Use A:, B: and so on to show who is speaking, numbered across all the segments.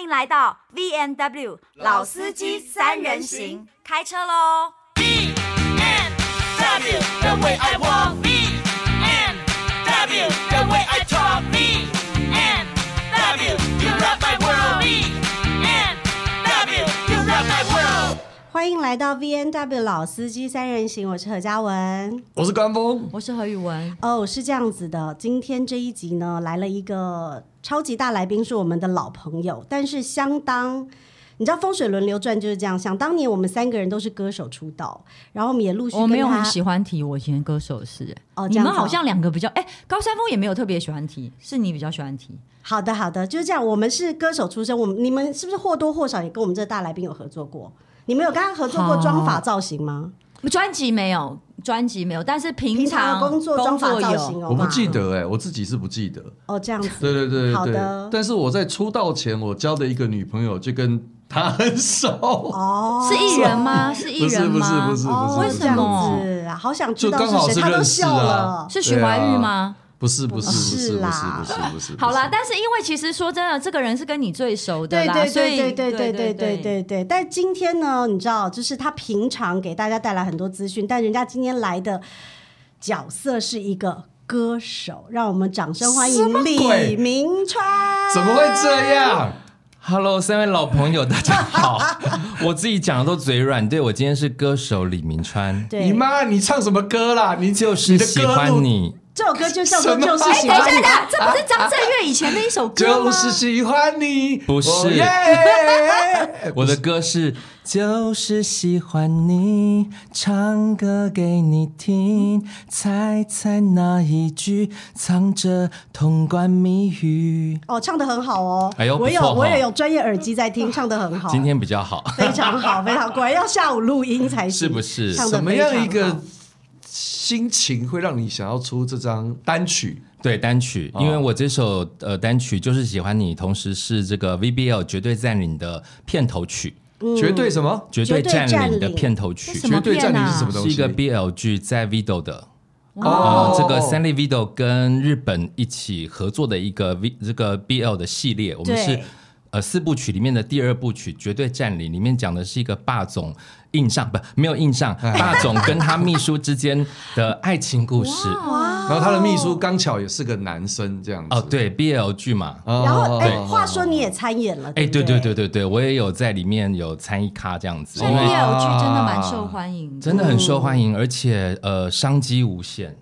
A: 迎来到 V N W 老司机三人行，开车喽！
B: BMW, the way I walk. BMW, the way I talk. BMW, you rock my world. BMW, you rock my world.
C: 欢迎来到 V N W 老司机三人行，我是何嘉文。
D: 我是关峰，
E: 我是何宇文，
C: 哦、是这样子的，今天这一集呢，来了一个超级大来宾，是我们的老朋友，但是相当。你知道风水轮流转就是这样。想当年我们三个人都是歌手出道，然后我们也陆续
E: 我
C: 跟
E: 哦没有
C: 他
E: 很喜欢提我以前的歌手是、欸
C: 哦这
E: 你
C: 样
E: 们
C: 子哦
E: 好像两个比较，哎、高山峰也没有特别喜欢提，是你比较喜欢提，
C: 好的，好的，就是这样。我们是歌手出身，我们你们是不是或多或少也跟我们这大来宾有合作过？你们有跟他合作过
E: 好
C: 妆法造型吗？
E: 专辑没有，专辑没有，但是平
C: 平常的工作妆法造型
E: 有。
C: 哦，
D: 我不记得哎、我自己是不记得。
C: 哦，这样子。
D: 对对对
C: 好
D: 对
C: 的
D: 对，但是我在出道前，我交的一个女朋友就跟她很熟，
C: 哦，
E: 是艺 人吗？是艺
D: 不是
E: 人
D: 不是
E: 吗？
D: 不是
C: 哦，
D: 不
E: 为
D: 是
E: 什
C: 这样子
E: 么
C: 啊？哦好想知道
D: 就刚好
C: 谁，
D: 是
C: 他都
D: 认识
C: 笑
D: 啊
C: 了。
E: 是徐怀钰吗？
D: 不是不是不是
C: 不是
D: 不是
C: 啦
D: 不是不是，
E: 好啦，
D: 不是
E: 但是因为其实说真的，这个人是跟你最熟的
C: 对
E: 啦，
C: 对
E: 所以
C: 对对对对对对对。但今天呢，你知道，就是他平常给大家带来很多资讯，但人家今天来的角色是一个歌手，让我们掌声欢迎
D: 鬼
C: 李明川。
D: 怎么会这样？
F: Hello，三位老朋友，大家 好！我自己讲的都嘴软，对我今天是歌手李明川，
C: 对
D: 你妈，你唱什么歌啦？你
F: 就
D: 你
F: 是
D: 的
F: 喜
D: 歌
F: 欢
D: 路，
F: 你，
C: 这首歌就叫做
D: 什么
C: 就是喜
E: 等一下，
C: 欢
E: 等一
C: 你。
E: 下，哎这不是张震岳以前的一首歌
D: 就
E: 吗？
D: 是喜欢你，
F: 不是
D: 哦耶
F: 我的歌哎是就是喜欢你，唱歌给你听，猜猜哪一句藏着通关密语？
C: 哦，唱的很好哦。
F: 哎呦
C: 我有
F: 不错哦
C: 我也有专业耳机在听，唱的 很好。
F: 今天比较好，
C: 非常好，非常好果然要下午录音才行
F: 是不是
C: 唱的
D: 怎么样一个心情会让你想要出这张单曲？
F: 对单曲，因为我这首呃单曲就是喜欢你，同时是这个 VBL 绝对占领的片头曲，
D: 绝对什么？
F: 绝
C: 对
F: 对占
C: 占
F: 领的
C: 领
F: 片头曲。
E: 什么
D: 绝对占领
E: 片啊
D: 是什么东
F: 是
D: 西？
F: 一个 BL 剧，在 Vido 的。
D: 哦
F: 呃，这个 Stanley Vido 跟日本一起合作的一个 V 这个 BL 的系列，我们
C: 对
F: 是呃四部曲里面的第二部曲《绝对占领》，里面讲的是一个霸总硬上不没有硬上，霸总跟他秘书之间的爱情故事。
C: 哦
D: 然后他的秘书刚巧也是个男生，这样子。
F: 哦，对 BL 剧嘛，
D: 哦。
C: 然后，哎、
D: 对
C: 话说你也参演了，
F: 哎，
C: 对
F: 对
C: 不
F: 对对对对，我也有在里面有参与咖这样子，
E: 所以
F: 因为
E: BL 剧真的蛮受欢迎的。
F: 真的很受欢迎，而且呃商机无限。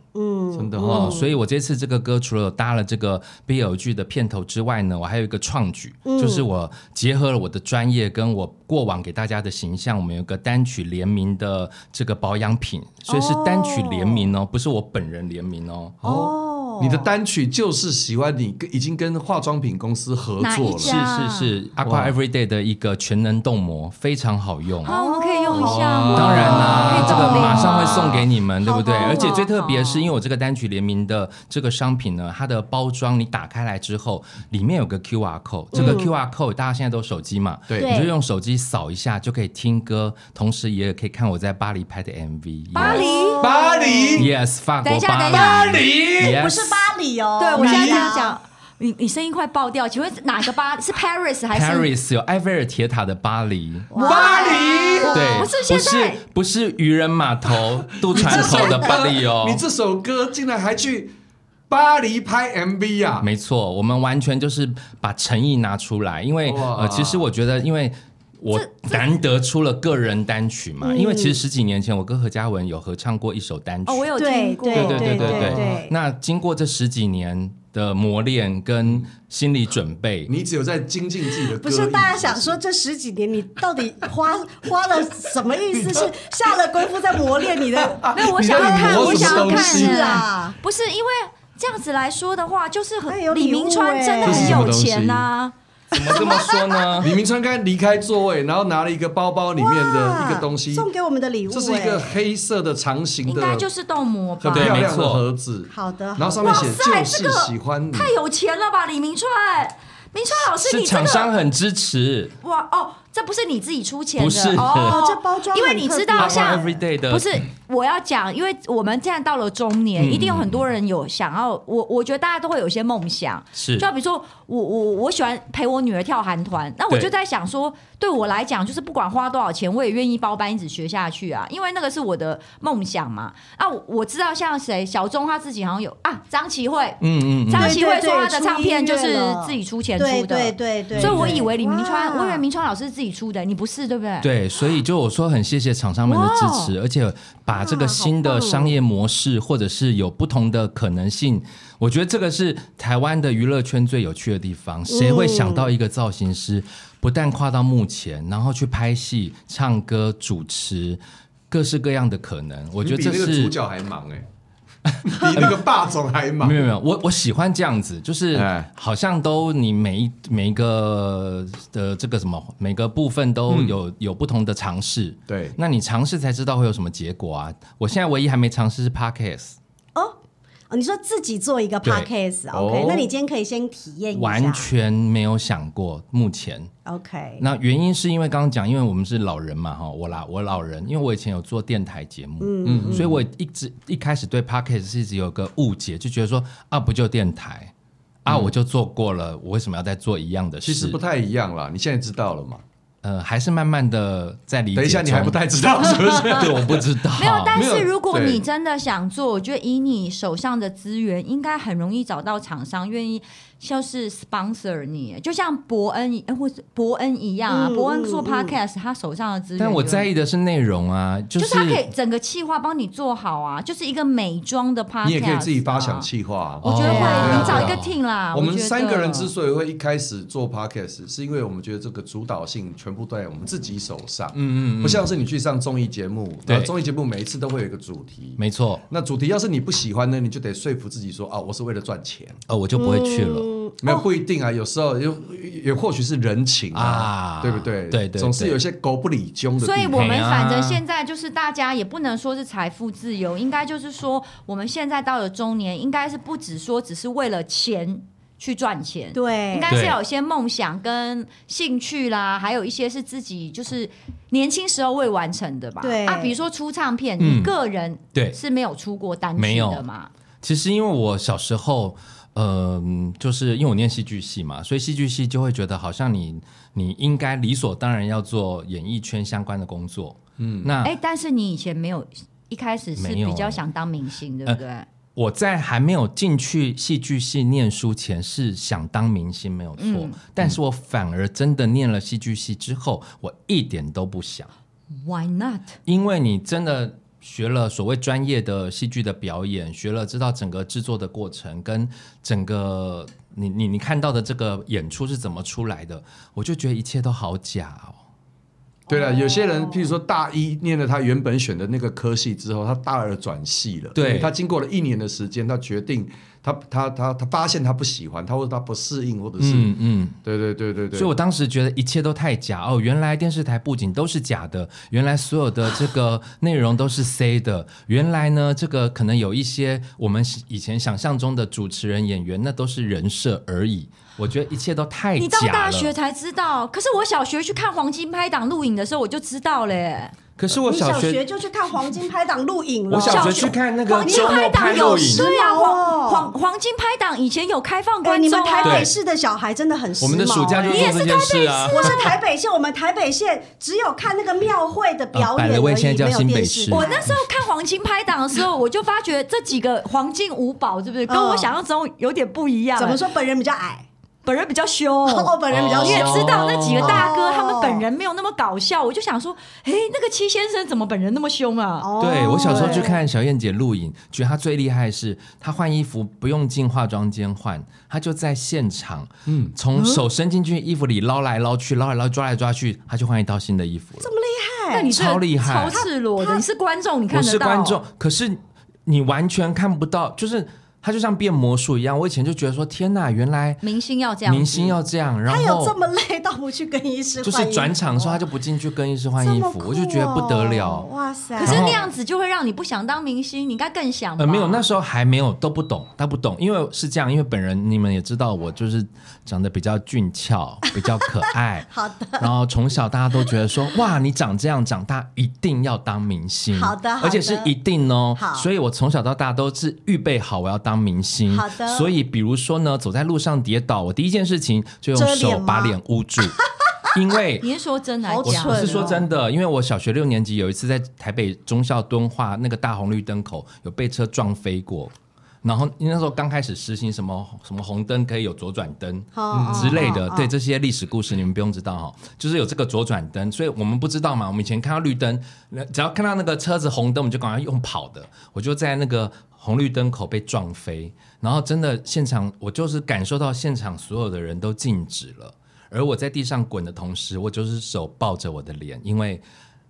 D: 真的
F: 哦，
C: 嗯
D: 哦，
F: 所以我这次这个歌除了有搭了这个 BL 剧的片头之外呢，我还有一个创举，就是我结合了我的专业跟我过往给大家的形象，我们有个单曲联名的这个保养品，所以是单曲联名哦，不是我本人联名哦。
C: 哦，
D: 你的单曲就是喜欢你，跟已经跟化妆品公司合
E: 哪
D: 作
E: 一
D: 了
E: 家。
F: 是是是，Aqua Everyday 的一个全能冻膜非常好用。
C: 哦
E: 啊，我们可以用一下吗？
C: 啊
F: 当然啦、
E: 可以
F: 啊这个
E: 冻龄
F: 马上会
E: 吗
F: 送给你们，对不对？
E: 哦好哦好好
F: 而且最特别是，因为我这个单曲联名的这个商品呢，它的包装你打开来之后，里面有个 QR
E: 嗯
F: code，这个 QR code 大家现在都有手机嘛，
D: 对
F: 你就用手机扫一下就可以听歌，同时也可以看我在巴黎拍的 MV。
E: 巴黎。
D: 巴
C: 哦
D: 黎，
F: ，Yes，法
E: 等一
F: 国
E: 下
F: 巴
E: 等一下
D: 巴
F: 黎
D: 黎，
F: ，Yes，
C: 不是巴黎哦，
E: 对，我现
C: 哪
E: 在跟
C: 里啊
E: 他讲，你你声音快爆掉，请问哪个巴是 Paris 还是
F: Paris 有埃菲尔铁塔的巴黎。
D: 巴黎。
F: 对，
E: 哦不是现在
F: 不是不是渔人码 头渡船口的巴黎哦，
D: 你这首歌竟然还去巴黎拍 MV 啊？
F: 没错，我们完全就是把诚意拿出来，因为
D: 哇
F: 呃，其实我觉得，因为。我难得出了个人单曲嘛，因为其实十几年前我跟何嘉文有合唱过一首单曲，
E: 嗯哦，我有
C: 对
E: 听过，
C: 对
F: 对对
C: 对
F: 对
C: 对
F: 对那经过这十几年的磨练跟心理准备，
D: 你只有在精进自己的
C: 不
D: 歌艺。
C: 是大家想
D: 是
C: 说这十几年你到底 花花了什么意思？是下了功夫在磨练你的
E: 没有，我
D: 你
E: 想要
D: 在
E: 看，
D: 磨
E: 我
D: 什么
E: 想要
D: 东
E: 看
D: 西
C: 是
E: 呢
C: 啊，
E: 不是因为这样子来说的话，就是很
C: 哎有
E: 李
C: 礼物
E: 明川真的
C: 哎
E: 很有钱啊呐、
F: 怎么这么说
E: 嗯
F: 呢？
D: 李明川刚才离开座位，然后拿了一个包包里面的一个东西，
C: 送给我们的礼物、
D: 这是一个
C: 哎
D: 黑色的长形
E: 应
D: 的，
E: 该就是冻膜吧
D: 很？
F: 对
D: 漂
F: 没
D: 亮的
F: 错
D: 盒子。
C: 好的好的
D: 然后上面写
E: 哇塞
D: 就是喜欢你。
E: 太有钱了吧，李明川！明川老师，
F: 是
E: 哦你这
F: 厂商
E: 个
F: 很支持，
E: 哇哦，这不是你自己出钱的，
F: 不是
E: 哦
C: 哦，这包装
E: 因为
C: 很
E: 你
C: 特别
E: 知道像
F: Everyday 的
E: 不是我要讲，因为我们现在到了中年，
F: 嗯
E: 一定有很多人有想要我，我觉得大家都会有一些梦想，
F: 是嗯
E: 就比如说我我我喜欢陪我女儿跳韩团，那我
F: 对
E: 就在想说，对我来讲，就是不管花多少钱，我也愿意包班一直学下去啊，因为那个是我的梦想嘛。啊，我我知道像谁小钟他自己好像有啊，张琪慧，
F: 嗯嗯嗯，
E: 张琪慧
C: 对对
E: 说他的
C: 出
E: 唱片
C: 音乐
E: 就是
C: 了
E: 自己出钱
C: 对
E: 出的，
C: 对对对，
E: 所以我
C: 对
E: 以为李明川，
C: 哇
E: 我以为明川老师是自己出的，你不是对不对？
F: 对，所以就我说很谢谢厂商们的支持，而且把这个
C: 哇
F: 新
C: 好
F: 的
C: 棒哦
F: 商业模式或者是有不同的可能性，我觉得这个是台湾的娱乐圈最有趣的地方。谁会想
C: 嗯
F: 到一个造型师不但跨到幕前，然后去拍戏、唱歌、主持，各式各样的可能？我觉得
D: 你
F: 这
D: 比那个
F: 是
D: 主角还忙 哎、比那个霸总还忙
F: 没。有没有，我我喜欢这样子，就是
D: 哎
F: 好像都你每一每一个的这个什么，每个部分都
D: 嗯
F: 有、有不同的尝试。
D: 对
F: 那你尝试才知道会有什么结果啊！我现在唯一还没尝试是 podcast，
C: 哦，你说自己做一个
F: 对
C: podcast，OK？、
D: 哦
C: 那你今天可以先体验一下，
F: 完全没有想过目前。
C: OK。
F: 那原因是因为刚刚讲，因为我们是老人嘛，哈，我啦，我老人，因为我以前有做电台节目，嗯，所以我一直一开始对 podcast 是一直有个误解，就觉得说啊，不就电台啊，我就做过了，我为什么要再做一样的事？
D: 其实不太一样啦，你现在知道了嘛？
F: 呃，还是慢慢的在理解。
D: 等一下，你还 不，太知 道是不是？
F: 对，我不知道。
E: 没有，哦但
D: 没
E: 是
D: 有
E: 如果
D: 对
E: 你真的想做，我觉得以你手上的资源，应该很容易找到厂商愿意就是 sponsor 你，就像伯恩呃或者伯恩一样啊。
C: 嗯
E: 伯恩做
C: 嗯
E: podcast，他手上的资源有，
F: 但我在意的是内容啊，就
E: 就是是他可以整个企划帮你做好啊，就是一个美妆的 podcast，、啊
D: 你也可以自己发想。气话、
E: 我觉得会，
F: 哦
E: 你找一个
F: 对啊
E: team 啦。
D: 我们
E: 觉得
D: 三个人之所以会一开始做 podcast，是因为我们觉得这个主导性全部都在我们自己手上。嗯嗯不像是你去上综艺节目，
F: 对
D: 然后综艺节目每一次都会有一个主题。
F: 没错，
D: 那主题要是你不喜欢呢，你就得说服自己说啊，我是为了赚钱。
F: 呃，我就不会去了。
D: 没有不一定啊，有时候又也或许是人情啊，
F: 啊
D: 对不对？
F: 对对
D: 总是
F: 对
D: 有一些狗不理中的地
E: 所
D: 方。
E: 以我们
F: 嘿啊
E: 反正现在就是大家也不能说是财富自由，应该就是说我们现在到了中年，应该是不只说只是为了钱去赚钱，
C: 对
E: 应，该是有一些梦想跟兴趣啦，还有一些是自己就是年轻时候未完成的吧。
C: 对
E: 啊，比如说出唱片，
F: 嗯
E: 你个人
F: 对
E: 是没有出过单
F: 没
E: 曲
F: 有啊
E: 的嘛？
F: 其实因为我小时候，嗯、就是因为我念戏剧系嘛，所以戏剧系就会觉得好像你你应该理所当然要做演艺圈相关的工作。嗯，那
E: 哎、但是你以前没有。一开始是
F: 没有呃
E: 比较想当明星，对不对？
F: 我在还没有进去戏剧系念书前是想当明星，没有错。但是我反而真的念了戏剧系之后，我一点都不想，
E: Why not？
F: 因为你真的学了所谓专业的戏剧的表演，学了知道整个制作的过程跟整个你你你看到的这个演出是怎么出来的，我就觉得一切都好假哦。
D: 对了，有些人，譬如说大一念了他原本选的那个科系之后，他大二转系了。
F: 对
D: 他经过了一年的时间，他决定他他他他发现他不喜欢，他或者他不适应，或者是、
F: 嗯嗯。
D: 对对对对对。
F: 所以我当时觉得一切都太假哦，原来电视台布景都是假的，原来所有的这个内容都是 C 的，原来呢这个可能有一些我们以前想象中的主持人、演员，那都是人设而已。我觉得一切都太
E: 你到
F: 哎假
E: 大学
F: 了。
E: 才知道，可是我小学去看黄金拍档录影的时候我就知道欸嘞。
F: 可是我
C: 你小
F: 小
C: 学
F: 学，
C: 就去看黄金拍档录影了，
F: 我小
E: 小
F: 学
E: 学
F: 去看那
C: 哦
F: 个
E: 黄金
F: 周
E: 拍
F: 末拍
E: 档
F: 录
E: 有
F: 影，
C: 时
E: 对啊，
C: 髦哦
E: 黄黄黄金拍档以前有 开放
C: 哎、
E: 观
C: 你
E: 众
C: 们台
E: 啊，
C: 北市的小孩真的很时髦、
F: 我们的暑假就
C: 哎
F: 做这件事啊。
C: 我是台北县，我们台北县只有看那个庙会的表
F: 呃百
C: 演
F: 乐
C: 而
F: 味
C: 已，
F: 现在叫
C: 没有
F: 新北
C: 电视
F: 市
C: 台。
E: 我那时候看黄金拍档的时候，我就发觉这几个黄金五宝，对不对？跟我想象中有点不一样。啊
C: 怎么？说？本人比较矮，
E: 本人比较 凶。
C: 我本人比较
F: 哦
E: 你也
C: 瘦。
E: 知道那几个大哥
C: 哦
E: 他们本人没有那么搞笑，我就想说，哎，那个戚先生怎么本人那么凶啊？
C: 哦
F: 对我小时候去
C: 对
F: 看小燕姐录影，觉得她最厉害的是她换衣服不用进化妆间换，她就在现场，嗯，从手伸进去衣服里捞来捞去，捞来捞去抓来抓去，她就换一套新的衣服了。
C: 这么厉害，
E: 那你是
F: 超厉害
E: 超赤裸的，你是观众，你
F: 我
E: 看得
F: 是
E: 到。
F: 观众，可是你完全看不到，就是它就像变魔术一样。我以前就觉得说，天呐，原来
E: 明星要这样子，
F: 明星要这样，然
C: 他有这
F: 后
C: 么累到不去更衣室
F: 就
C: 换衣
F: 是
C: 服
F: 转场的时候他就不进去更衣室换
C: 这
F: 衣
C: 么
F: 服，
C: 酷
F: 我就觉得不得
C: 哦
F: 了。
C: 哇塞！，
E: 可是
F: 然后
E: 那样子就会让你不想当明星，你应该更想吧。
F: 呃，没有，那时候还没有，都不懂，他不懂，因为是这样，因为本人你们也知道，我就是长得比较俊俏， 比较可爱
C: 好的，
F: 然后从小大家都觉得说，哇，你长这样，长大一定要当明星。
C: 好的好的
F: 而且是一定哦。
C: 好
F: 所以我从小到大都是预备好我要当明星。
C: 好的
F: 所以比如说呢，走在路上跌倒，我第一件事情就
C: 遮
F: 用
C: 脸
F: 手把
C: 吗
F: 脸捂住，因为
E: 你是说真的还
C: 好
E: 是
F: 我
E: 假
C: 蠢
E: 的？
F: 我是
C: 哦
F: 说真的，因为我小学六年级有一次在台北中校敦化那个大红绿灯口有被车撞飞过，然后因为那时候刚开始实行什么什么红灯可以有左转灯
C: 哦
F: 之类的
C: 哦，
F: 对这些历史故事你们不用知道哈，就是有这个左转灯，所以我们不知道嘛，我们以前看到绿灯，那只要看到那个车子红灯，我们就赶快用跑的，我就在那个红绿灯口被撞飞，然后真的现场我就是感受到现场所有的人都静止了。而我在地上滚的同时，我就是手抱着我的脸，因为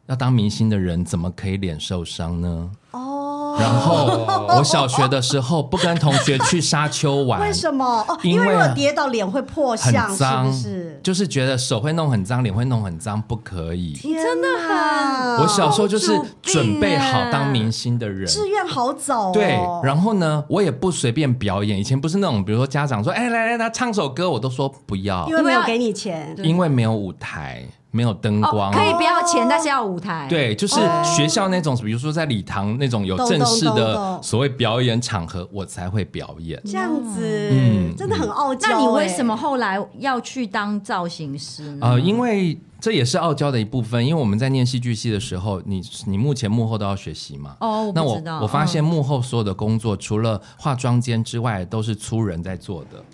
F: 要当明星的人怎么可以脸受伤呢？
C: 哦，
F: 然后我小学的时候不跟同学去沙丘玩，
C: 为什么？哦，
F: 因
C: 因为
F: 为
C: 如果
F: 啊
C: 跌倒脸会破
F: 很
C: 相，是
F: 脏，
C: 不是？
F: 就是觉得手会弄很脏，脸会弄很脏，不可以。
C: 真的很
F: 我小时候就是
E: 公主病
F: 准备好
E: 啊
F: 当明星的人，
C: 志愿好早哦。
F: 对，然后呢，我也不随便表演。以前不是那种，比如说家长说：“哎，来来来，唱首歌。”我都说不要
C: 因，为没有给你钱，
F: 因为没有舞台，没有灯
E: 哦
F: 光，，
E: 可以不要钱，但是要舞台。，
F: 对，就是
E: 哦
F: 学校那种，比如说在礼堂那种有
C: 懂
F: 正式
C: 懂懂
F: 的
C: 懂
F: 所谓表演场合，我才会表演。
C: 这样子
F: 嗯
C: 真的很傲娇。欸
E: 那你为什么？后来要去当造型师呢？
F: 呃，因为这也是傲娇的一部分，因为我们在念戏剧系的时候，你你幕前幕后都要学习嘛。
E: 哦，
F: 那
E: 不
F: 我
E: 知道，
F: 我发
E: 嗯
F: 现幕后所有的工作，除了化妆间之外，都是粗人在做的，